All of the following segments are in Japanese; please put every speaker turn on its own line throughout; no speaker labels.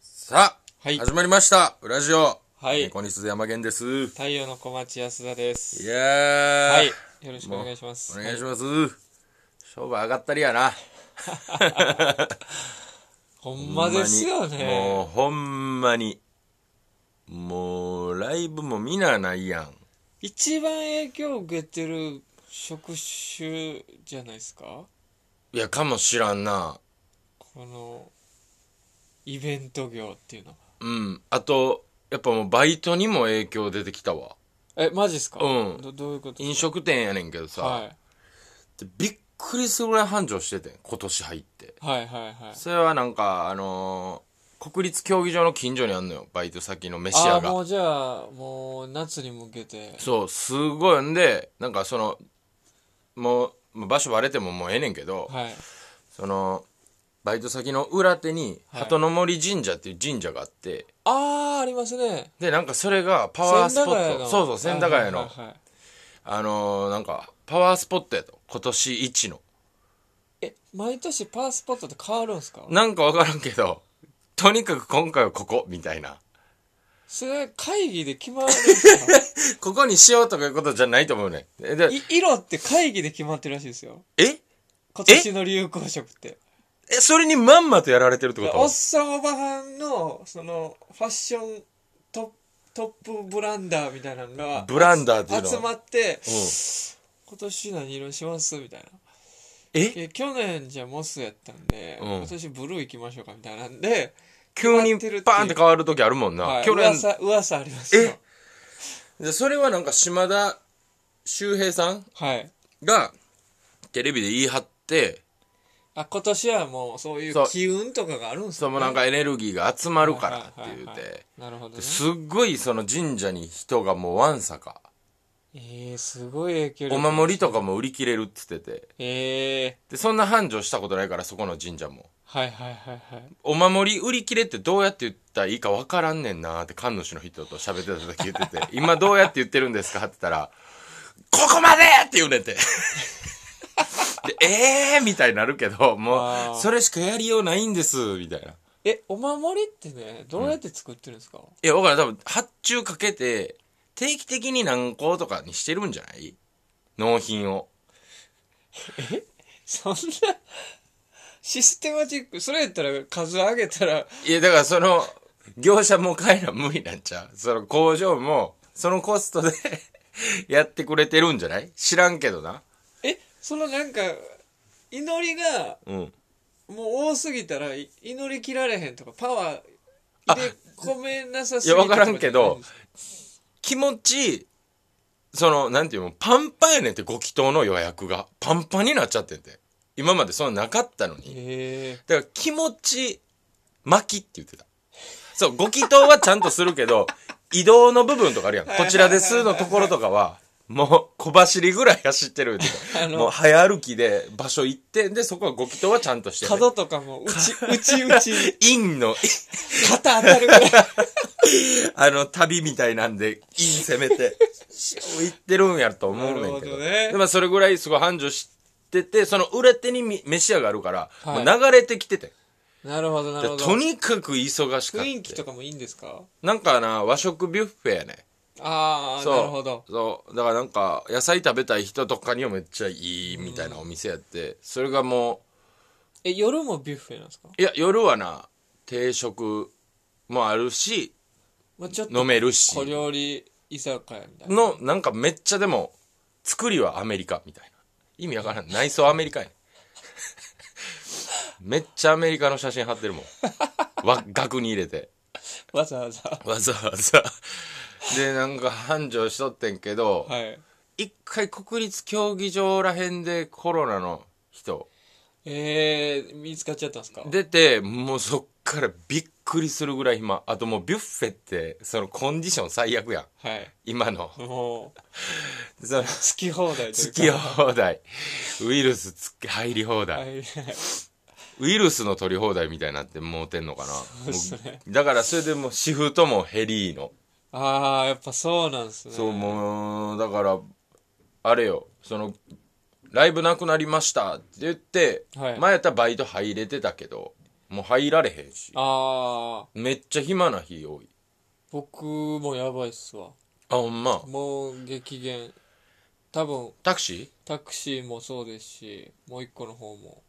さあ、
はい
始まりました。ウラジオ。
はい
猫に鈴山源です。
太陽の小町安田です
い。やー。
はい。よろしくお願いします。
お願いします。商売上がったりやな。
ほんまですよ
もう
ね。
ほんまに。もう、ライブも見なないやん。
一番影響を受けてる職種じゃないですか
いや、かもしらんな。
この、イベント業っていうのは。
うん。あと、やっぱもうバイトにも影響出てきたわ。
え、マジっすか
うん
どどういうこと
飲食店やねんけどさ、
は
でびっくりするぐらい繁盛しててん今年入って。
い。はいはいはい。
それはなんか、あのー国立競技場の近所にあんのよ。バイト先の飯
あ
屋
あー、も
が。
うじゃあ、もう夏に向けて。
そう、すごい。んで、なんかその、もう、もう場所バレてももうええねんけど、
はい。
その、バイト先の裏手に、
はい
鳩の森神社っていう神社があって、
ああ、ありますね。
で、なんかそれがパワースポ
千駄
ッ
ヶ谷
ト。
の
そうそう、千駄ヶ谷の。
はいはいはいはい
あのーなんか、パワースポットやと。今年一の。
え、毎年パワースポットって変わるんですか
なんかわからんけど、とにかく今回はここ、みたいな。
それは会議で決まるんで すか
ここにしようとかいうことじゃないと思うねん。えで
い色って会議で決まってるらしいですよ。
え
今年の流行色って。
え、それにまんまとやられてるってこ
おっ
と
さんおばはんの、その、ファッショントトップブランダーみたいなのが、
ブランダーっていうの
集ま
は。
って、
うん
今年何色にしますみたいな。
え
え去年じゃモスやったんで、
うん
今年ブルー行きましょうかみたいなんで、
急に
決まってるっていう
パーンって変わる時あるもんな。
はい、
去年。
噂、噂ありますよ。
でそれはなんか島田秀平さん
はい。
がテレビで言い張って、
あ、今年はもうそういう
そう
機運とかがあるんす
そのなんかエネルギーが集まるからって言うて、
はいはいはいはいなるほどね。
ですっごいその神社に人がもうわんさか。
えー、すごい影響力。
お守りとかも売り切れるっつってて。
ええー。
で、そんな繁盛したことないから、そこの神社も。
はいはいはいはい。
お守り売り切れってどうやって言ったらいいか分からんねんなーって神主の人と喋ってた時言って て、今どうやって言ってるんですかって言ったら、ここまでって言うねんて。 でええーみたいになるけど、も
あ
う、
ー
それしかやりようないんです、みたいな。い
え、お守りってね、どうやって作ってるんですか、
や、だから多分、発注かけて、定期的に何個とかにしてるんじゃない納品を。
そんな、システマチック、それやったら数上げたら、
いや、だからその、業者も変えな無理なんちゃうその工場も、そのコストで やってくれてるんじゃない知らんけどな。
え、そのなんか、祈りが、
うん。
もう多すぎたら、い祈り切られへんとか、パワー入れ込めなさすぎ
いやわからん
とじゃ
け
ない
ど気持ち、その、なんていうの、パンパンやねんって、ご祈祷の予約が。パンパンになっちゃってんて。今までそんななかったのに。
へえ
だから気持ち、巻きって言ってた。そう、ご祈祷はちゃんとするけど、 移動の部分とかあるやん。こちらですのところとかは、もう小走りぐらい走ってるって
あの
もう早歩きで場所行って、で、そこはご祈祷はちゃんとしてる。
角とかも、うち、うちうち、
インの、
肩当たるぐら い。
あの、旅みたいなんで、いい攻めて、行ってるんやと思うねんけど。
なるほどね
でもそれぐらいすごい繁盛してて、その裏手にみ飯屋があるから、
はい
もう流れてきてて。
なるほどなるほ
で
ど。
とにかく忙しかった。
雰囲気とかもいいんですか
なんかな、和食ビュッフェやね。
ああ、
そう。
なるほど。
そう。だからなんか、野菜食べたい人とかにはめっちゃいいみたいなお店やって、それがも
え、夜もビュッフェなんですか
う、いや、夜はな、定食もあるし、
まあ、ちょっと
飲めるし
小、料理居酒屋みたいな。
の、なんかめっちゃでも、作りはアメリカみたいな。意味わからん。内装アメリ カやねんめっちゃアメリカの写真貼ってるもん。わ、額に入れて。
わざわざ。
わざわざ。で、なんか繁盛しとってんけど、
はい。
一回国立競技場らへんでコロナの人
えー、見つかっちゃったんですか
出て、もうそっからびっくりするぐらい暇。あともうビュッフェって、そのコンディション最悪やん。
はい。
今の。
もう、
その、
好き放題という
つ
か。
き放題。ウイルスつき入り放題。
はい。
ウイルスの取り放題みたいになってもうてんのかな。
うっすね
もうだからそれでもうシフトもヘリーの。
あー、やっぱそうなんですね。
そう、もう、だから、あれよ、その、ライブなくなりましたって言って、
はい
前やったらバイト入れてたけど、もう入られへんし
ああ
めっちゃ暇な日多い
僕もやばいっすわ
あほんま
もう激減多分
タクシ
タクシーもそうですしもう一個の方も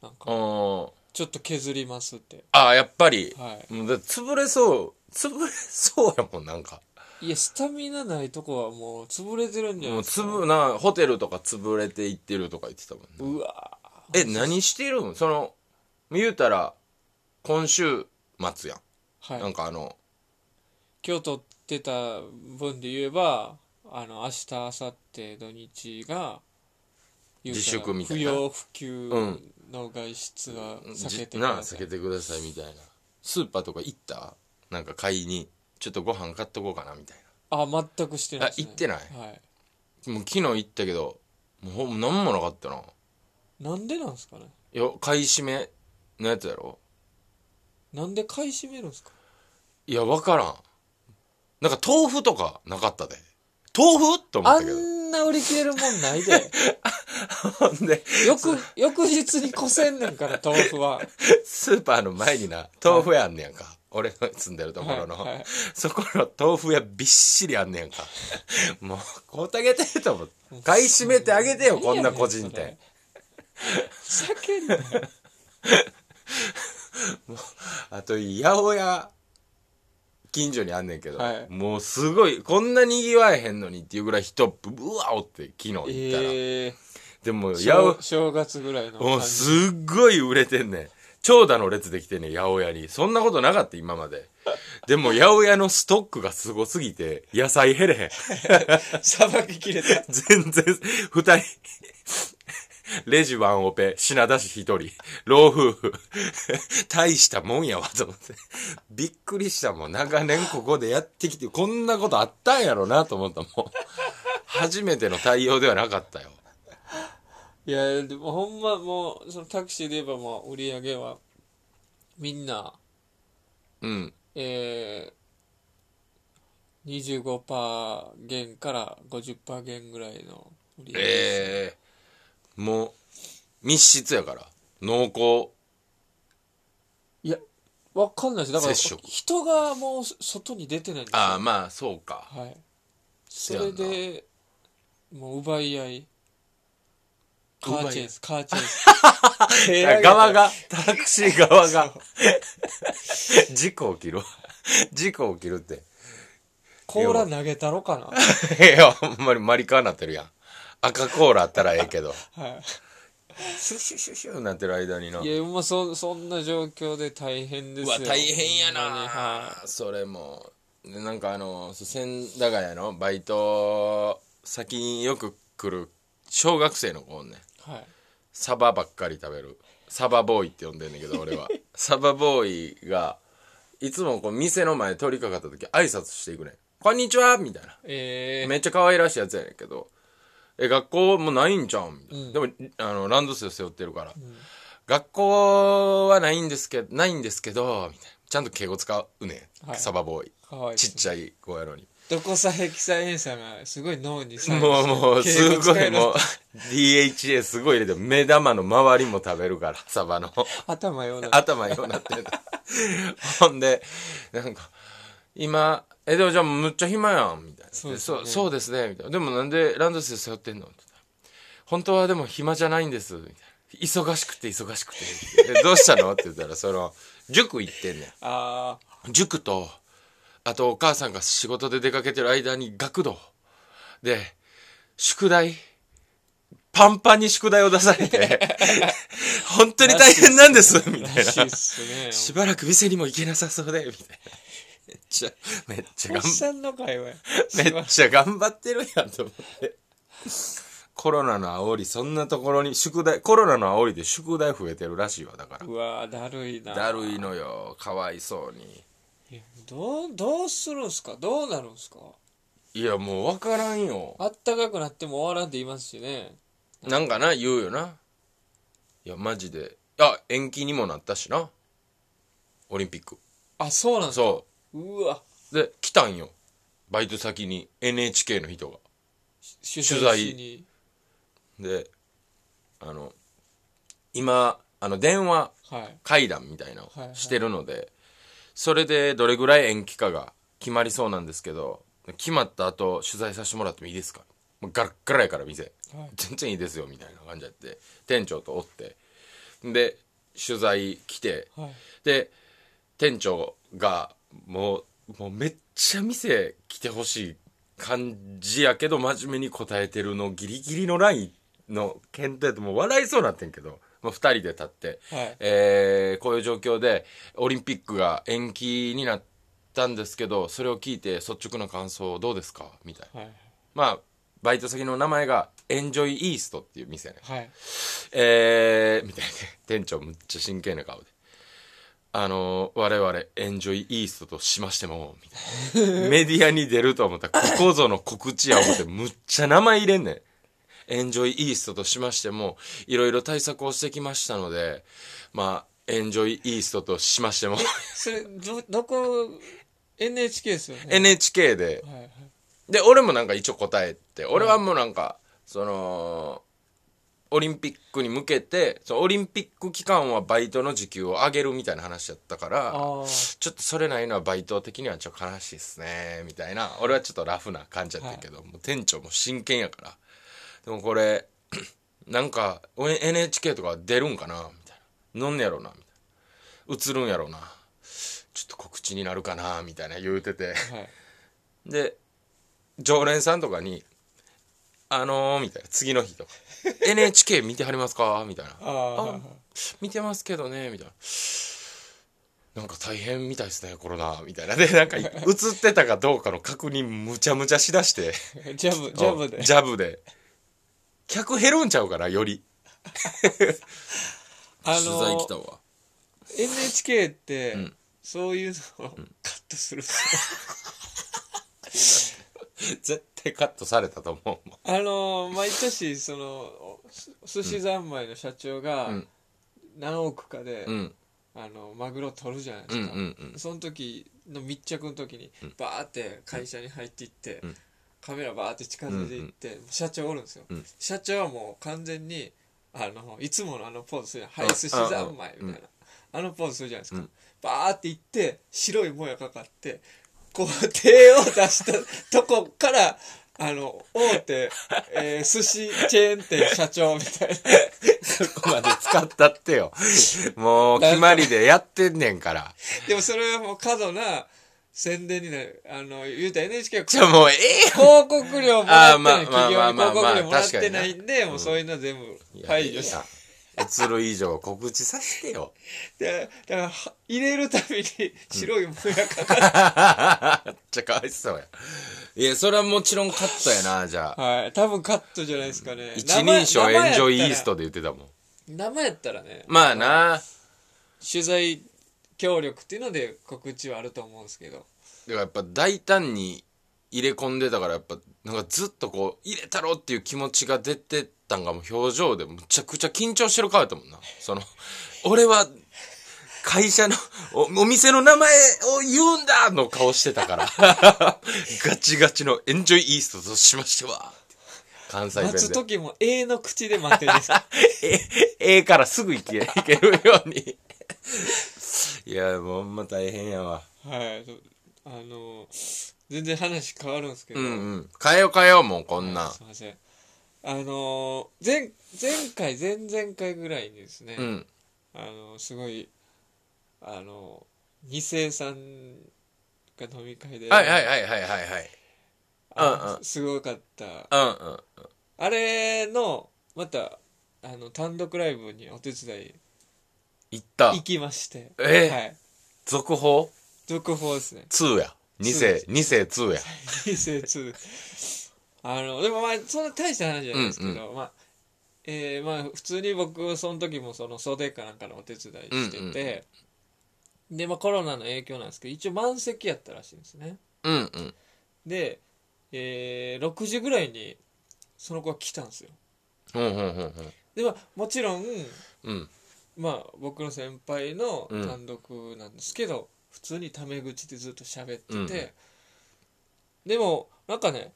なん
ーあ
か
ー
ちょっと削りますって
あーやっぱり、
はい
もうだ潰れそう潰れそうやもんなんか
いやスタミナないとこはもう潰れてるんじゃない
もう
ですか
つぶなホテルとか潰れて行ってるとか言ってたもんね
うわ
え何してるんその言うたら今週末やん、
ーはい
なんかあの
今日取ってた分で言えばあの明日明後日土日が
自粛みたい
言
な
うたら不要不急
うん
の外出は避けて
じ
く
なあ
だ
避
さい、
けてくださいみたいなスーパーとか行ったなんか買いにちょっとご飯買っとこうかなみたい
あ全くしてないです、ね、
あ行ってない
はい、
なもう昨日行ったけどもうほん何もなかったな
なんでなんですかね
いや買い占めのやつやろ
なんで買い占めるんですか
いや分からんなんか豆腐とかなかったで豆腐と思っ
あ
たけど
んな売り切れるもんな いで
ほん で
翌翌日にこせんねんから豆 腐は
スーパーの前にな豆腐屋あんねやんか、俺の住んでるところの、
はいはい
そこの豆腐屋びっしりあんねやんかもう買うてあげてと思って 買い占めてあげてよこんな個人
何やね
店
んそれふざけんなよ
あと八百屋近所にあんねんけど、
はい
もうすごいこんなにぎわえへんのにっていうぐらい人ぶわおって昨日行ったら、
ええ
でも八百
ー、正月ぐらいの
も
感
う
じ
すっごい売れてんねん。長蛇の列できてんねん、八百屋に。そんなことなかった、今まで。でも、八百屋のストックがすごすぎて、野菜減れへん。
さばききれた
全然、二人。レジワンオペ、品出し一人、老夫婦。 大したもんやわ、と思って。びっくりしたもん。長年ここでやってきて、こんなことあったんやろな、と思ったもん。初めての対応ではなかったよ。
いやでもほんまもうそのタクシーで言えばもう売り上げはみんな
うん。
えー、25%減から50%減ぐらいの売り上げです
ええもう、密室やから。濃厚。
いやわかんないですだから
接触
人がもう外に出てないんですよ
ああ、まあ、そうか。
はいそ
せやん
れ
な
でもう奪い合いカーチェイスカーチェイス 手挙げて
側が、タクシー側が。 事故起きるわ。事故起きるって。
コーラ投げたろかな
いや、ほんまにマリカーなってるやん。赤コーラあったらええけど。
はい
シュシュシュシュなってる間にな。
いうや、もうそ、そんな状況で大変ですよ。
わ、大変や
ほんまには
な。それも。でなんかあの、そう千駄ヶ谷のバイト、先によく来る小学生の子おんねん。
い。はい。
サバばっかり食べるサバボーイって呼んでんねんけど俺はサバボーイがいつもこう店の前通りかかった時挨拶していくねん「こんにちは」みたいな
えー、
めっちゃ可愛らしいやつやねんけど「え学校もうないんじゃうん」みたいな、でもあのランドセル背負ってるから、学校はないんですけどないんですけど」みたいなちゃんと敬語使うねん、
はい
サバボーイ
かわいい。
ちっちゃい子やのに
どこさ、ヘキサエン酸がすごい脳に作
もうもう、すごいもう
う。、
DHA すごい入れて、目玉の周りも食べるから、サバの。
頭ような。
頭ようなってんだ。ほんで、なんか、今、え、でもじゃあむっちゃ暇やん、みたいな。
そうですね
そうそうですね、みたいな。でもなんでランドセル背負ってんのって言ったら本当はでも暇じゃないんです、みたいな。忙しくて忙しくて。えどうしたのって言ったら、その、塾行ってんねん。
あ
塾と、あとお母さんが仕事で出かけてる間に学童。で、宿題。パンパンに宿題を出されて、 本当に大変なんです、み
ー、
たい
らしい
な
っ。すね。
しばらく店にも行けなさそうで、みたいな。めっちゃ、めっちゃ
おっ
頑張
さんの会話や。
めっちゃ頑張ってるやんと思って。コロナの煽り、そんなところに宿題、コロナの煽りで宿題増えてるらしいわ、だから。
うわーだるいな。
だるいのよ、かわいそうに。
いやどう、どうするんすかどうなるんすか
いや、もうわからんよ。
あったかくなっても終わらんって言いますしね。
なんかな、言うよな。いや、マジで。あ、延期にもなったしな。オリンピック。
あ、そうなんですか
そう
わ、
う。で、来たんよ。バイト先に NHK の人が。
取
材
材しに。
であの今あの電話
はい。
会談みたいなの
はいは
を
い
してるので、それでどれぐらい延期かが決まりそうなんですけど、決まった後、取材させてもらってもいいですかもうガラッガラやから店、
はい
全然いいですよ、みたいな感じやって、店長とおって。で、取材来て、
はい。
で、店長が、もう、もうめっちゃ店来てほしい感じやけど、真面目に答えてるの、ギリギリのラインの検討やともう笑いそうになってんけど、まあ、二人で立って、
はい
えーこういう状況で、オリンピックが延期になったんですけど、それを聞いて率直な感想どうですかみたいな。
はい。
まあ、バイト先の名前が、エンジョイイーストっていう店ね。
はい。
えー、みたいな。店長むっちゃ真剣な顔で。あのー我々、エンジョイイーストとしましても、みたいな。メディアに出ると思ったら、ここぞの告知や思って、むっちゃ名前入れんねん。エンジョイイーストとしましても、いろいろ対策をしてきましたので、まあ、エンジョイイーストとしましても、
それ、ど、どこ、NHK ですよね。
NHK で、
はいはい。
で、俺もなんか一応答えて、俺はもうなんか、その、オリンピックに向けて、そのオリンピック期間はバイトの時給を上げるみたいな話だったから、
ああ。
ちょっとそれないのはバイト的にはちょっと悲しいっすね、みたいな。俺はちょっとラフな感じやったけど、もう店長も真剣やから。でもこれ、 なんか、お NHK とか出るんかなみたいな。飲んねやろうな、みたいな。映るんやろうな。ちょっと告知になるかな、みたいな言うてて。
はい。
で常連さんとかに「あのー」みたいな次の日 とか「NHK 見てはりますか?」みたいな
ああ。はいはい
「見てますけどね」みたいな「なんか大変みたいですねコロナ」みたいなでなん か映ってたかどうかの確認むちゃむちゃしだして
ジャブ、ジャブで。
ジャブで客減るんちゃうかなより
あ
取材来た
の、
わ
NHK って
ん、
そういうのをカットするんですよ。
絶対カットされたと思う
あの、毎年、その、おす寿司三昧の社長が
うん、
何億かで
う、ん
あの、マグロ取るじゃないで
うんうん
すか。
うん
その時の密着の時にバーって会社に入っていって、
ん
カメラバーって近づいていって、社長おるんですよ、
うん
社長はもう完全にあのいつものあのポーズするじゃ
うんん
はい寿司三昧」みたいな、あのポーズするじゃないですか、バーって行って白いもやかかってこう手を出した とこからあの大手、えー寿司チェーン店社長みたいな
そこまで使ったって よもう決まりでやってんねんから
でもそれはもう過度な宣伝になるあの言うたら NHK は
じゃあもうええよ
広告料もらってない
あーまあ
企業に
まあ
広
まあまあ
告料もらってないんでもうそういうの全部排除し
映る以上告知させてよ。
てだからは入れるたびに白いもやかか
めっちゃかわいそうや。いや、それはもちろんカットやな、じゃあ。
はい多分カットじゃないですかね
一人称エンジョイイース
ト
トで言ってたもん。
生やったらね
まあな。
取材協力っていうので告知はあると思うんですけど
でもやっぱ大胆に入れ込んでたから、やっぱ、なんかずっとこう、入れたろっていう気持ちが出てたんが、もう表情でむちゃくちゃ緊張してる顔やったもんな。その、 俺は、会社のお、お店の名前を言うんだの顔してたから。 ガチガチのエンジョイイーストとしましては。関西弁
待つ
で。
時も永の口で待ってるんです
え、えからすぐ行け、行けるように。いや、もうほんま大変やわ。
はいそうあの全然話変わるんですけど
うんうん。変えよう変えよう、もうこんなん。
すいませんあのー前前回前々回ぐらいにですね、
うん。
あのーすごいあのー二世さんが飲み会で、
はいはいはいはいはいはい。
あの
うんうん
すごかった
うんうん。
あれのまたあの単独ライブにお手伝い
行った
行。きまして
え
はい
続報
続報ですね
?2 や。2
そうで
世
す、
2世2や。
二世2あのでもまあそんな大した話じゃないですけど、まあえーまあ普通に僕その時もその袖かなんかのお手伝いしてて、でまあコロナの影響なんですけど一応満席やったらしいんですね
うんうん。
で、えー6時ぐらいにその子が来たんですよ
うんうんうんうん。
でまあもちろん
うん。
まあ僕の先輩の
うん
単独なんですけど、普通にタメ口でずっと喋ってて、でもなんかね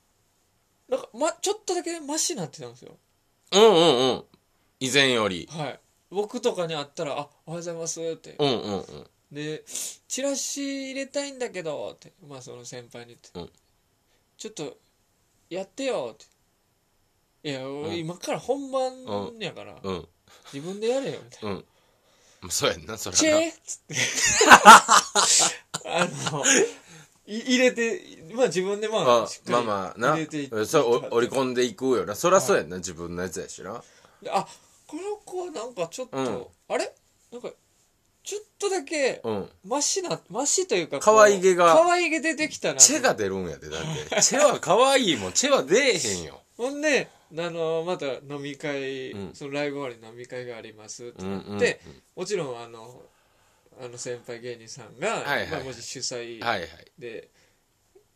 なんか、ま、ちょっとだけマシになってたんですよ
うんうんうん。以前より。
はい僕とかに会ったら「あおはようございます」って
うんうんうん。
で「チラシ入れたいんだけど」ってまあその先輩に言って、
うん
ちょっとやってよ」って「いや、
ん
今から本番やから、
うん。
自分でやれよ」みたいな
うん。まあそうやんな、そ
「チ
れ
ェ
は
ー!」っつってあのい入れてまあ自分でまあ
な。あ
しっ
ま
か
あ
り
まあな
入れていっ。
それお織り
で
込んでいくよな。そらそうやんな、自分のやつやしな。
あこの子なんかちょっと、
う
あれなんかちょっとだけ
うん。
マシなマシというかこう
可愛げが
可愛げ出てきたな
チェが出るんやで、だって。 チェは可愛いもん。チェは出えへんよ。
ほんで、あのまた飲み会、
うん
そのライブ終わりに飲み会がありますって
うん
なっ
うん。
て、もちろんあのあの先輩芸人さんが、
はいはい
まあ、もし主催
はいはい。
で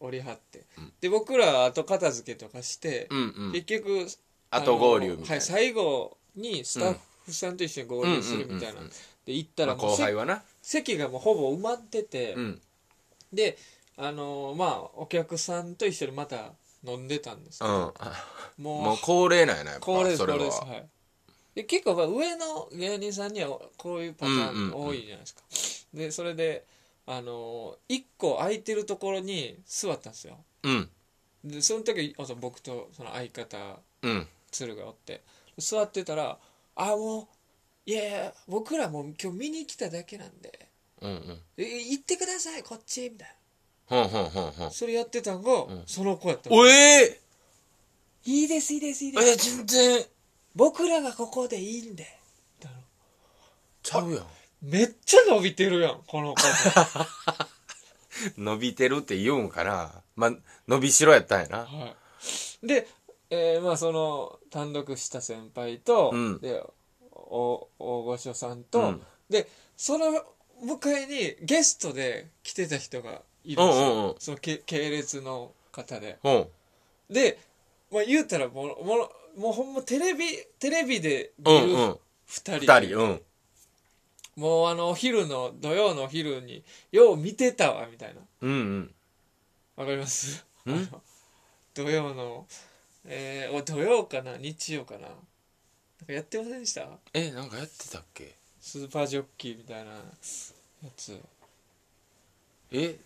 折り張って、
ん
で僕ら後片付けとかして
う、んうん。
結局
後合流み
は
たいな。
い、最後にスタッフさんと一緒に合流するみ
うんう
たいな、
んうんうん
で行った
ま
ら
あ
もう
後
せ
輩はな。
席がもうほぼ埋まってて、
うん。
であのまあお客さんと一緒にまた飲んでたんですけ
う
ど、
ん。もう恒例なんやな、やっぱ。
これです
そ
こ
れ
れです
は。
はいで結構まあ上の芸人さんにはこういうパターン多いじゃないですか、でそれであの1個空いてるところに座ったんですよ
うん。
でその時あと僕とその相方
うん。
鶴がおって座ってたら「あもういやいや僕らもう今日見に来ただけなんで
うんうん。
え行ってくださいこっち」みたい
ほんほんほんほん
な。それやってたんが、
ん
その子やったの
おえ
いいですいいですいい
ー、
で
え
す
ー、全然
僕らがここでいいんで」みたいな
ちゃうやん。
めっちゃ伸びてるやんこの子
伸びてるって言うんかな。まあ、伸びしろやったんやな。
はい、で、えーまあその単独した先輩と、
うん
でお大御所さんと、
うん
でその迎えにゲストで来てた人がいる
うんん
ですよ、
うんうん。
そのけ系列の方で
うん。
で、まあ、言うたらもうもうもうほんまテレビテレビで見
うん
る
うん。
2人,、
二人、うん。
もうあのお昼の土曜のお昼によう見てたわみたいな
うんうん。
わかります
ん
あの土曜の、えー、お土曜かな日曜かななんかやってませんでした
え、なんかやってたっけ
スーパージョッキーみたいなやつ。
え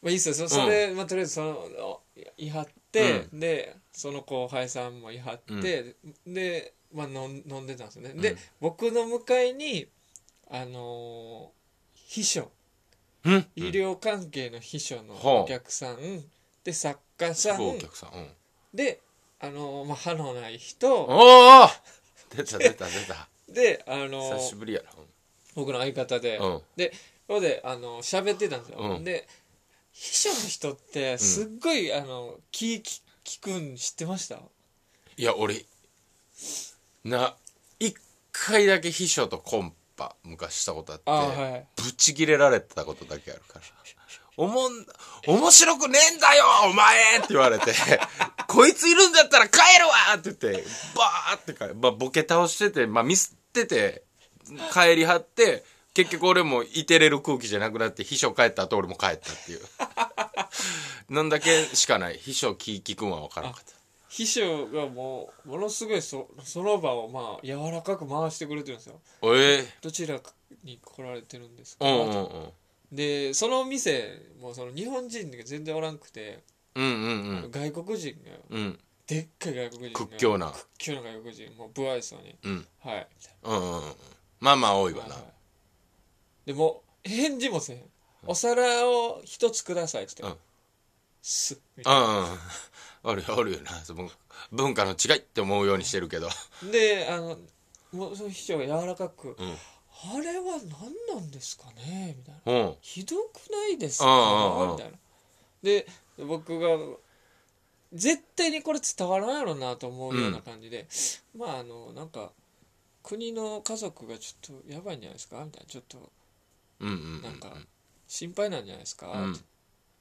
まあいいっすよ。そそれ、まあとりあえずその、おいはって、で、その後輩さんもいはって、で、まあ飲ん飲んでたんですよね。で、
うん
僕の向かいに、あのー秘書、
うん
医療関係の秘書の
はあ
お客さん、で、作家
す
さん
ごいお客さん。うん。
で、あのーまあ、歯のない人
おお出た出た出た。
で、 あの
久し
ー
ぶりや
僕の相方で、
な。うん。
でそこで、あのー喋ってたんですよ、
うん
で秘書の人ってすっごい、あの聞き聞くん知ってました
いや、俺、な、一回だけ秘書とコンパ、昔したことあって。
あはい
ぶち切れられたことだけあるから。おもん、面白くねえんだよお前って言われて、 こいついるんだったら帰るわって言って、バーって帰まあ、ボケ倒してて、まあ、ミスってて、帰りはって、結局俺もいてれる空気じゃなくなって、秘書帰った後俺も帰ったって いう。なんだけしかない。秘書キーキくんは分からなかった。
秘書がもうものすごいそその場をまあ柔らかく回してくれてるんですよ
おえ
どちらに来られてるんですか、
うんうんうん。
でその店もうその日本人が全然おらんくて、
うんうん
外国人が
うん。うん。
でっかい外国人が
屈強な
屈強な外国人もう不愛想に
うん。
はいみたい
うんうんうん。まあまあ多いわ
な
な。
でも返事もせんお皿を一つくださいって言っ
う
て
ん
すっみたい
うんうん。あ るよ、あるよな。その文化の違いって思うようにしてるけど。
なであのもうその秘書が柔らかく
うん。
「あれは何なんですかね?」みたいな
うん。
「ひどくないです
うんうんうん
か?」みたいなで僕が絶対にこれ伝わらんやろなと思うような感じで、まああのなんか国の家族がちょっとやばいんじゃないですかみたいなちょっと
うんうん
なんか心配なんじゃないですか、
うん。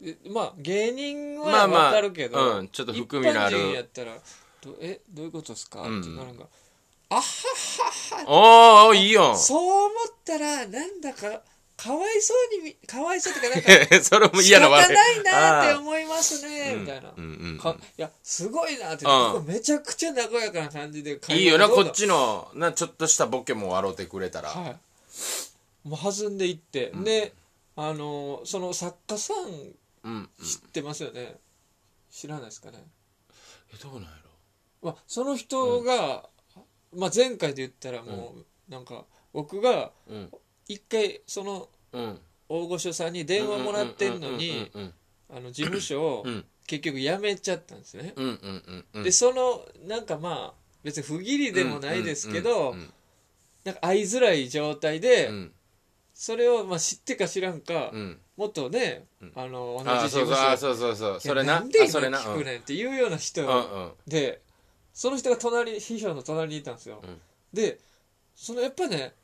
でまあ芸人
ま
は
あま
わ
あ、
かるけど、
うん、ちょっと含みのあ
一般人やっ
る。
たらどえどういうことですか、
うん
ってなるんがあははは
おーおー、いいよ。
そう思ったらなんだかかわいそうにみ、かわいそうっていうか、なんか、
そ れも
仕
嫌な
方な
笑い。
いなって
あ
思いますね、
ー
みたいな。
うんうんうん
かいや、すごいなって、
うん
僕めちゃくちゃ和やかな感じで
いいよな、
会
こ
話が
っちの、な、ちょっとしたボケも笑うてくれたら。
はい。もう弾んでいって、で、あのーその作家さ
う
ん
んうん。
知ってますよね。知らないですかね。
え、どうなんやろ
まあ、その人が、まあ、前回で言ったらもう、なんか僕が
うん。
一回その
うん。
大御所さんに電話もらってんのに
うん
あの事務所を
うん
結局辞めちゃったんですね、
うんうんうんうんうん。
でそのなんかまあ別に不義理でもないですけど、
うん
なんか会いづらい状態で、
うん
それをまあ知ってか知らんか、
うんうん。
もっとね、
ん
あの同
あー、
じ
そう
事
そう、
務所
あーそうそうそう。それ
い
な。
やんで
あ、それ
今
な。
聞
うん
くねんっていうような人
うんうん。
でその人が隣秘書の隣にいたんですよ、
うん
でそのやっぱね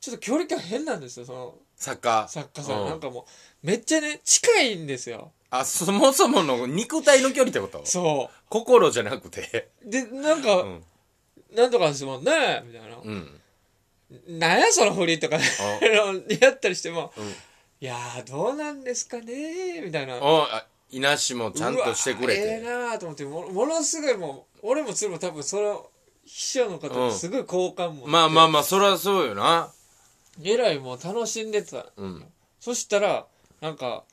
ちょっと距離感変なんですよその
作家。
作家さん、
うん
なんかもうめっちゃね近いんですよ
あ、そもそもの肉体の距離ってこと
そ
心じゃなくて。
うでなん
う
か、
ん。
なんとかですもんねみたいな、
うん。
なんやその振りとかやったりしても、
うん
いやーどうなんですかねみたいな
おあ、いなしもちゃんとしてくれ
うわええ
て。
なーと思ってもものすごいもう俺も鶴も多分その秘書の方とすごい好感も、
まあまあまあ、そりゃそうよな。
えらいもう楽しんでた
うん。
そしたらなんか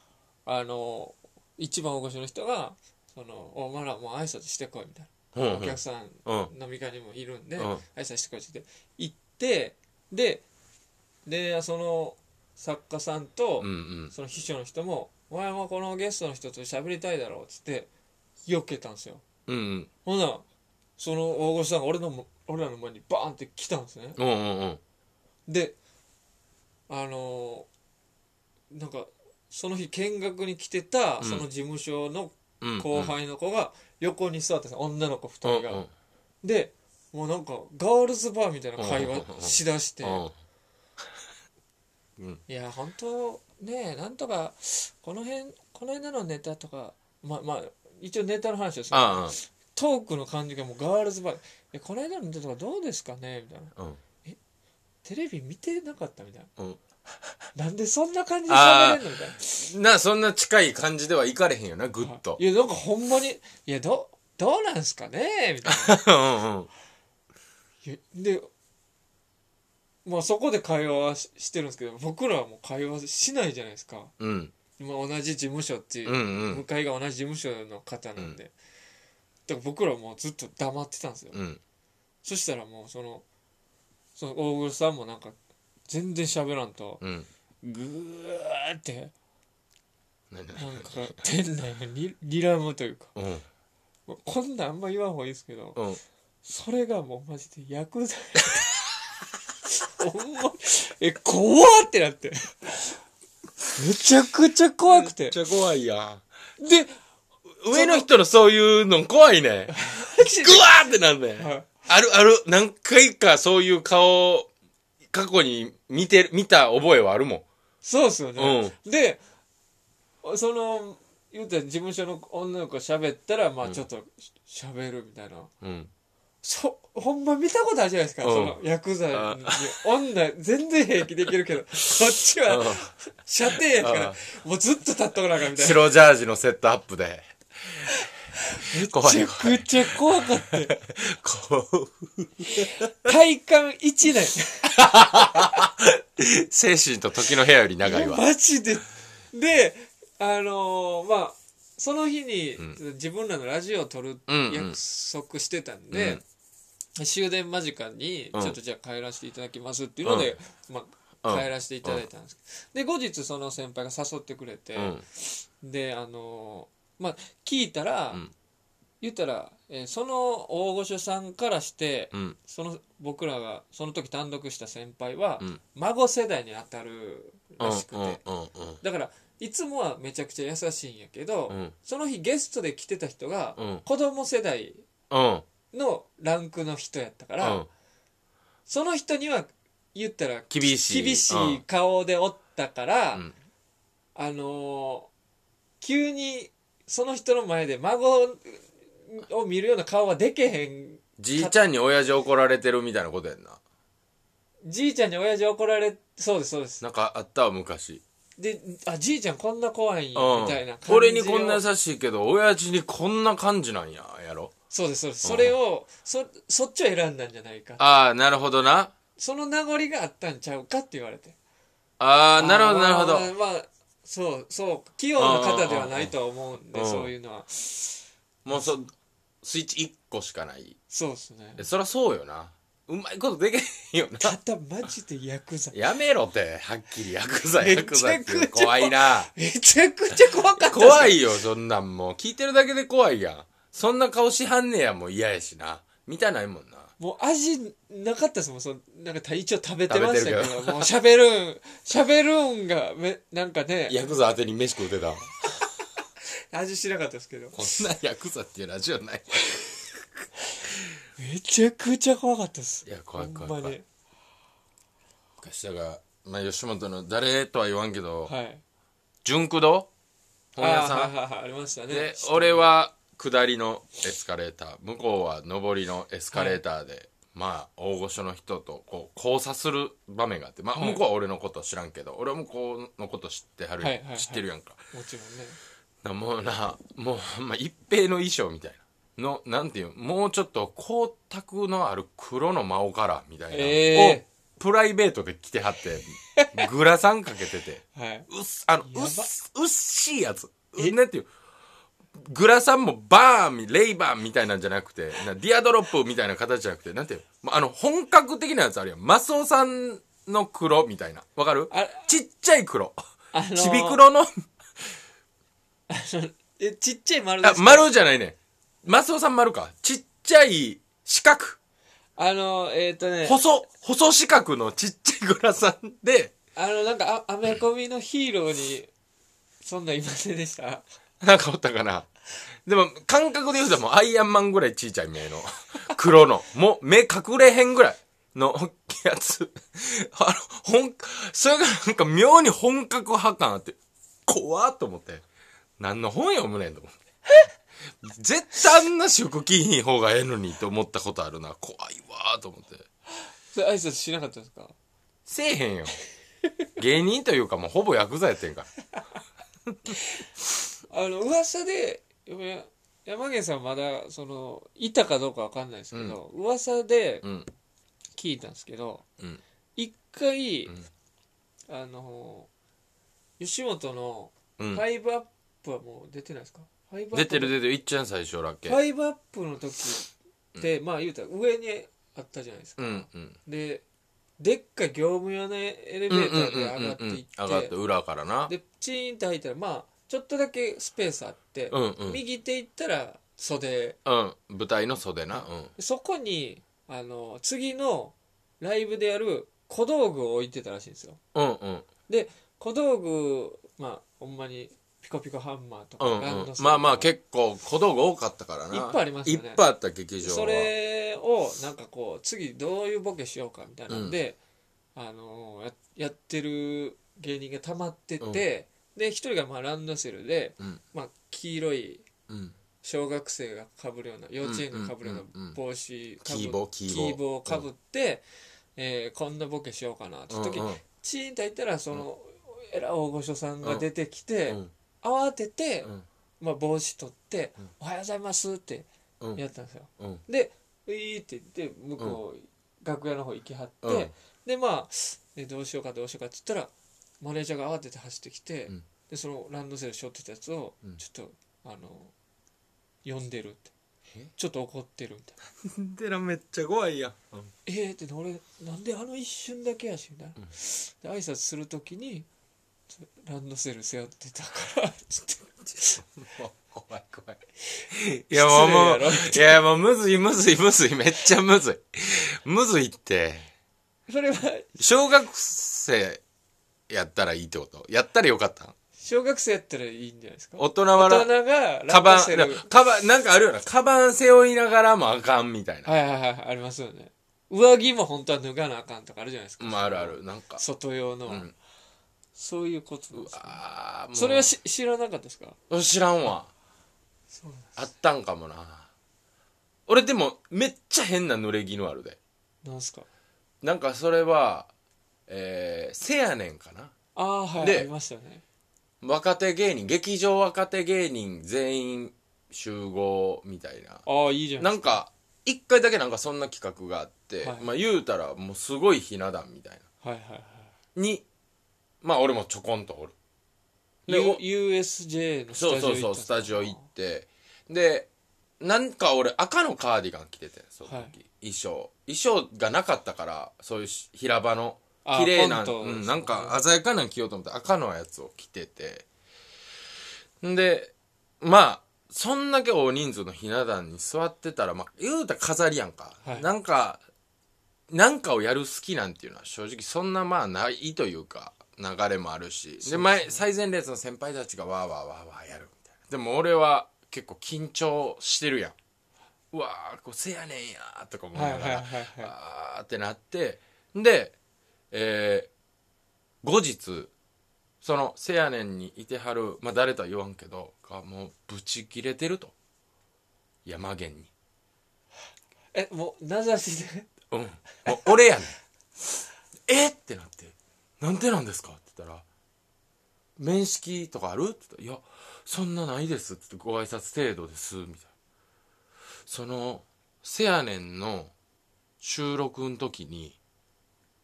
あの一番大御所の人が「そのお前らもう挨拶してこい」みたい
うん
な、
う
お
ん
客さん
うん。
飲み会にもいるんで、
うん
挨拶してこいって言って行ってででその作家さんと、
うんうん。
その秘書の人も「お前もこのゲストの人と喋りたいだろ」っつって避けたんですよ
うんうん。
ほんならその大御所さんが俺のも俺らの前にバーンって来たんですね
うんうんうん。
であのーなんかその日見学に来てた
ん
その事務所の
うんうん
後輩の子が横に座ってたんです女の子2
うん
人が、でもうなんかガールズバーみたいな会話しだして、
うんうん
いや本当ねなんとかこの辺この間のネタとかまあまあ一応ネタの話ですけど
あ
トークの感じがもうガールズバーえこの間のネタとかどうですかねみたいな
あうん
テレビ見てなかったみたい
うん
ななんでそんな感じで喋れんのみたいな
なそんな近い感じではいかれへんよなぐっと
いやなんかほんまに「いやどどうなんすかね?」みたい
うんうん
ないやでまあそこで会話はししてるんですけど僕らはもう会話しないじゃないですか
うん
今同じ事務所っていう、
うんうん
向かいが同じ事務所の方なんで、だから僕らはもうずっと黙ってたんですよ、
うん
そしたらもうそのその大黒さんもなんか全然喋らんと
うん
ぐーって
何々
なんか店内がに睨むというか
うん
もうこんなんあんま言わん方がいいですけど、
うん
それがもうマジで薬剤ほんまえ怖ってなってめちゃくちゃ怖くて
めっちゃ怖いや
で
ん上の人のそういうの怖い ねぐわーってなんねん
はい
あるある何回かそういう顔過去に見て見た覚えはあるも
そうですよね、でその言うたら事務所の女の子が喋ったらまあちょっとしゃべるみたいな、
んうん
そほんま見たことあるじゃないですか、
うん
その薬剤に女全然平気できるけ どこっちは射程やからもうずっと立っとかなあかんみたいな
白ジャージのセットアップで怖い
めちゃ
怖い
くちゃ怖かったよ
こう
体感1年。
精神と時の部屋より長いわ
マジで。で、あのーまあ、その日に、自分らのラジオを撮る
うんうん
約束してたんで、終電間近に、ち
うん
ょっとじゃあ帰らせていただきますっていうので、まあ、
うん
帰らせていただいたんですけど。で、後日その先輩が誘ってくれて、
うん
で、あのーまあ、聞いたら、
うん
言ったら、えーその大御所さんからして、
うん
その僕らがその時単独した先輩は、
うん
孫世代に当たるらしくて、
うん
だからいつもはめちゃくちゃ優しいんやけど、
うん
その日ゲストで来てた人が、
うん
子供世代
うんうん
のランクの人やったから、
うん
その人には言ったら
厳しい
厳しい顔でおったから、
うん
あのー急にその人の前で孫を見るような顔はでけへん
じいちゃんに親父怒られてるみたいなことやんな
じいちゃんに親父怒られそうですそうです
なんかあったわ昔
であじいちゃんこんな怖いんや
うん
みたいな感じを
俺にこんな優しいけど親父にこんな感じなんややろ
そうですそうですそれをそそっちを選んだんじゃないか
ああなるほどな
その名残があったんちゃうかって言われて
ああなるほどなるほど
まあまあそうそう器用な方ではないとは思うん
う
で
ん
そういうのは
もうそスイッチ1個しかない
そうですね
えそりゃそうよなうまいことできへんよな
ただマジでヤクザ
やめろってはっきりヤクザ
めち
ヤ
ゃ
ク
く
ザ
ち
っ
ゃ
ていう怖いな
めちゃくちゃ怖かった
怖
い
いよそんなんもう聞いてるだけで怖いやんそんな顔しはんねやもう嫌やしな見たないもんな
もう味なかったですもんそのなんか一応食べてましたけど
食べてる
もう喋るん喋るんがめなんかね
ヤクザ当てに飯食うてたこ
味しなかったですけど
んなヤクザっていうラジオない
めちゃくちゃ怖かったです
いや怖い怖い
ほんま
怖
に
い昔だからまあ吉本の誰とは言わんけど、
はい
純駆動本屋さん、
あーはいはいはいありましたね
で俺は下りのエスカレーター向こうは上りのエスカレーターで、まあ大御所の人とこう交差する場面があって、まあ、
はい
向こうは俺のこと知らんけど、俺は向こうのこと知ってはるやん、
はいはいはい
知ってるやんか
もちろんね
なもうなもうほんま一平の衣装みたいなのなんていうもうちょっと光沢のある黒の真央カラーみたいな、
え
をプライベートで着てはってグラサンかけてて。
はいう
っすあの
やば
うっすうっしいやつ
え
なんていうグラサンもバーンレイバーンみたいなんじゃなくてなディアドロップみたいな形じゃなくてなんていうもうあの本格的なやつあるやんマスオさんの黒みたいなわかる
あ
ちっちゃい黒
あのー
ちび黒の
えちっちゃい丸で
あ
すか
丸じゃないねマスオさん丸かちっちゃい四角
あのえっ、とね
細細四角のちっちゃいグラサンで
あのなんかあアメコミのヒーローにそんなんいませんでした
なんかおったかな。でも、感覚で言うともうアイアンマンぐらいちいちゃい目の。黒の。もう、目隠れへんぐらいのやつ。 あの、本、それがなんか妙に本格派感あって、怖っと思って。何の本読むねんと思って。絶対あんな食着ひん方がええのにと思ったことあるな。怖いわーと思って。
それ挨拶しなかったんですか
せえへんよ。芸人というかもうほぼ薬剤やってんから。
あの噂でや山源さんまだそのいたかどうかわかんないですけど、噂で
うん。
聞いたんですけど
うん。
一回、
ん
あの吉本の
うん。
ファイブアップはもう出てないですか、ファイブアップ
出てる出てる。いっちゃん最初ラッケ
ファイブアップの時って、まあ言うたら上にあったじゃないですか、
うんうん。
ででっかい業務用のエレベーターで上がってい
上がって
っ
裏からな
てでチーンって入ったらまあちょっとだけスペースあって、
うんうん、
右手行ったら袖
うん、舞台の袖なう
そこにあの次のライブでやる小道具を置いてたらしいんですよ
んうんうん
小道具まあほんまにピコピコハンマーとか、
うん
ラ
う
ン
ん
ドセルとか
まあまあ結構小道具多かったからない
っぱいありましたよね
いっぱいあった劇場は
それをなんかこう次どういうボケしようかみたいなんで、あのややってる芸人がたまってて、
うん
で一人がまあランドセルで、
うん
まあ、黄色い
うん
小学生がかぶるような幼稚園がかぶるような
うんうんうんうん
帽子かぶ
キーボー
キ
キーボー
ーボーをかぶって、えーこんなボケしようかなって時、
うんうん
チーンと入ったらその、えらい大御所さんが出てきて、
うん
慌てて、
うん
まあ、帽子取って、
ん
おはようございます」って
うん
やったんですよ。
うん
で「ういー」って言って向こう、楽屋の方行きはって、
うん
でまあでどうしようかどうしようかって言ったらマネージャーが慌てて走ってきて、
うん
でそのランドセル背負ってたやつを、
うん
ちょっとあの呼んでるって
え
ちょっと怒ってるみたいな
でらめっちゃ怖いやんうん
「えー」って俺なんであの一瞬だけやしみたいな、
ん
で挨拶する時にちょランドセル背負ってたからつって
もう怖い怖い いやもうもういやもうむずいむずいむずいめっちゃむずいむずいって
それは
小学生やったらいいってことやったらよかったん
小学生やったらいいんじゃないですか
大人は
大
な
人がラ
カ
ンド
バン
セル、
カバン、なんかあるよな。カバン背負いながらもあかんみたいな。
はいはいはいありますよね上着も本当は脱がなあかんとかあるじゃないですか
まあ、あるある。なんか。
外用の、
うん
そういうことなんですね
あーもう
それはし知らなかったですか
知らんわ。
そう
あったんかもな。俺でも、めっちゃ変な濡れ衣あるで。
なんすか
なんかそれは、えーせやねんかな。
ああはい
で
ありましたよね
若手芸人、劇場若手芸人全員集合みたいな。
ああいいじゃな
ないんか、一回だけなんかそんな企画があって、
はい
まあ言うたらもうすごいひな壇みたい
はいはいはい
な。に、まあ俺もちょこんとおる。で
U- USJ のス
そう
タジオ
そうそう、スタジオ行って。で、なんか俺赤のカーディガン着てて、その時、
は
衣
い
装。衣装がなかったから、そういうし平場の、
あ
綺麗な、
コント
うん、なんか鮮やかなの着ようと思って赤のやつを着てて。んで、まあ、そんだけ大人数のひな壇に座ってたら、まあ、言うたら飾りやんか。
はい
なんか、なんかをやる好きなんていうのは正直そんなまあないというか流れもあるしで前最前列の先輩たちがわーわーわーわーやるみたいなでも俺は結構緊張してるやんうわーこうせやねんやーとか思いながら、
はいはいはいはい
あーってなってでえー後日そのせやねんにいてはる、まあ、誰とは言わんけどがもうブチ切れてると山源に
えもう名指しで
うん。もう俺やねん。 えってなって、なんでなんですかって言ったら、面識とかあるって言ったら、いや、そんなないですって言ってご挨拶程度です、みたいな。その、せやねんの収録の時に、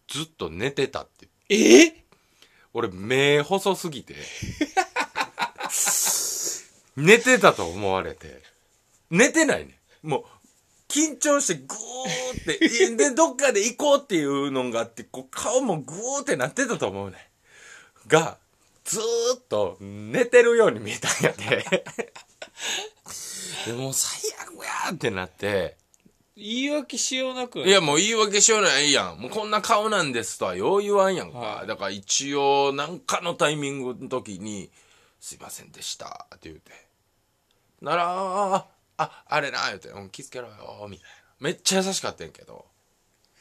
ずっと寝てたって。
えっ
俺、目細すぎて、寝てたと思われて、寝てないねん。もう、緊張してグーって、で、どっかで行こうっていうのがあって、こう顔もグーってなってたと思うねん。が、ずーっと寝てるように見えたんやて。でもう最悪やーってなって、
言い訳しようなくない
いや、もう言い訳しようないやん。もうこんな顔なんですとはよう言わんやんか。
はい
だから一応、なんかのタイミングの時に、すいませんでした、って言うて。なら、あ、ああれな、言うて、うん、気付けろよ、みたいな。めっちゃ優しかったんやけど。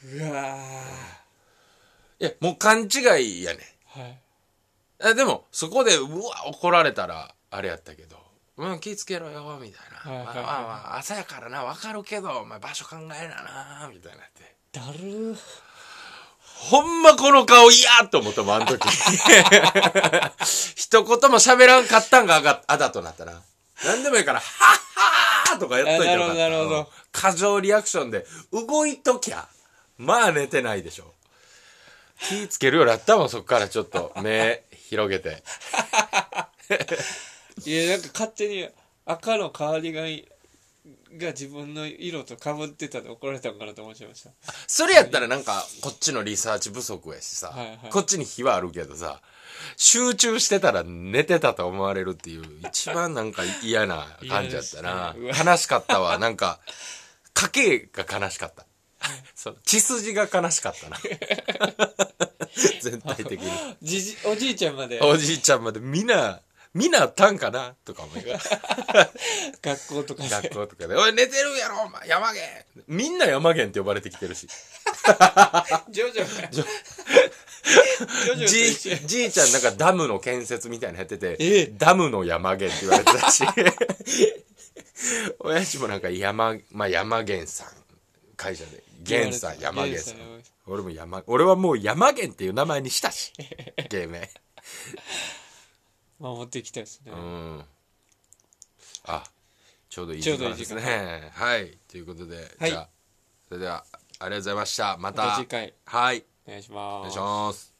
うわ
いや、もう勘違いやねん。
ーはい
あでも、そこで、うわ、怒られたら、あれやったけど、うん、気付けろよ、みたいな。
は
ま
いは
あ
いはい
まあまあ、朝やからな、わかるけど、お前場所考えなな、みたいなって。
だるー
ほんまこの顔嫌と思ったもん、あの時。 一言も喋らんかったんがあが、あだとなったな。なんでもいいから、はっはーとかやっといてよかった。
あなるほどなるほど
過剰リアクションで、動いときゃ、まあ寝てないでしょ。気つけるようになったもん、そっからちょっと、目広げて。
いやなんか勝手に赤のカーディガンが自分の色とかぶってたんで怒られたのかなと思っちゃいました
それやったらなんか、こっちのリサーチ不足やしさ、
はいはい
こっちに火はあるけどさ、集中してたら寝てたと思われるっていう、一番なんか嫌な感じやったな。
嫌で
悲しかった わ。なんか、家計が悲しかった。そう血筋が悲しか ったな。全体的に。
じじおじいちゃんまで
おじいちゃんまでみんな、みんなあったんかなとか思 いながら
学校とかで
学校とかで「おい寝てるやろお前山源」みんな山源って呼ばれてきてるし
ジョジョがジョジョ
じい
と一緒
じいちゃんなんかダムの建設みたいなのやってて、
ええ
ダムの山源って言われてたし 親父もなんか山,、まあ、山源さん会社で源さん
言
山
われて
源
た
さん
源さ
俺も山俺はもう山源っていう名前にしたし 芸名
守ってきたですね、
うんあちょうどいい
ちょ
時
うどいい
間ですねはいということで、
はい
じゃあそれではありがとうございましたま
また
た
次回
はい
お願いしま
お願い
す
します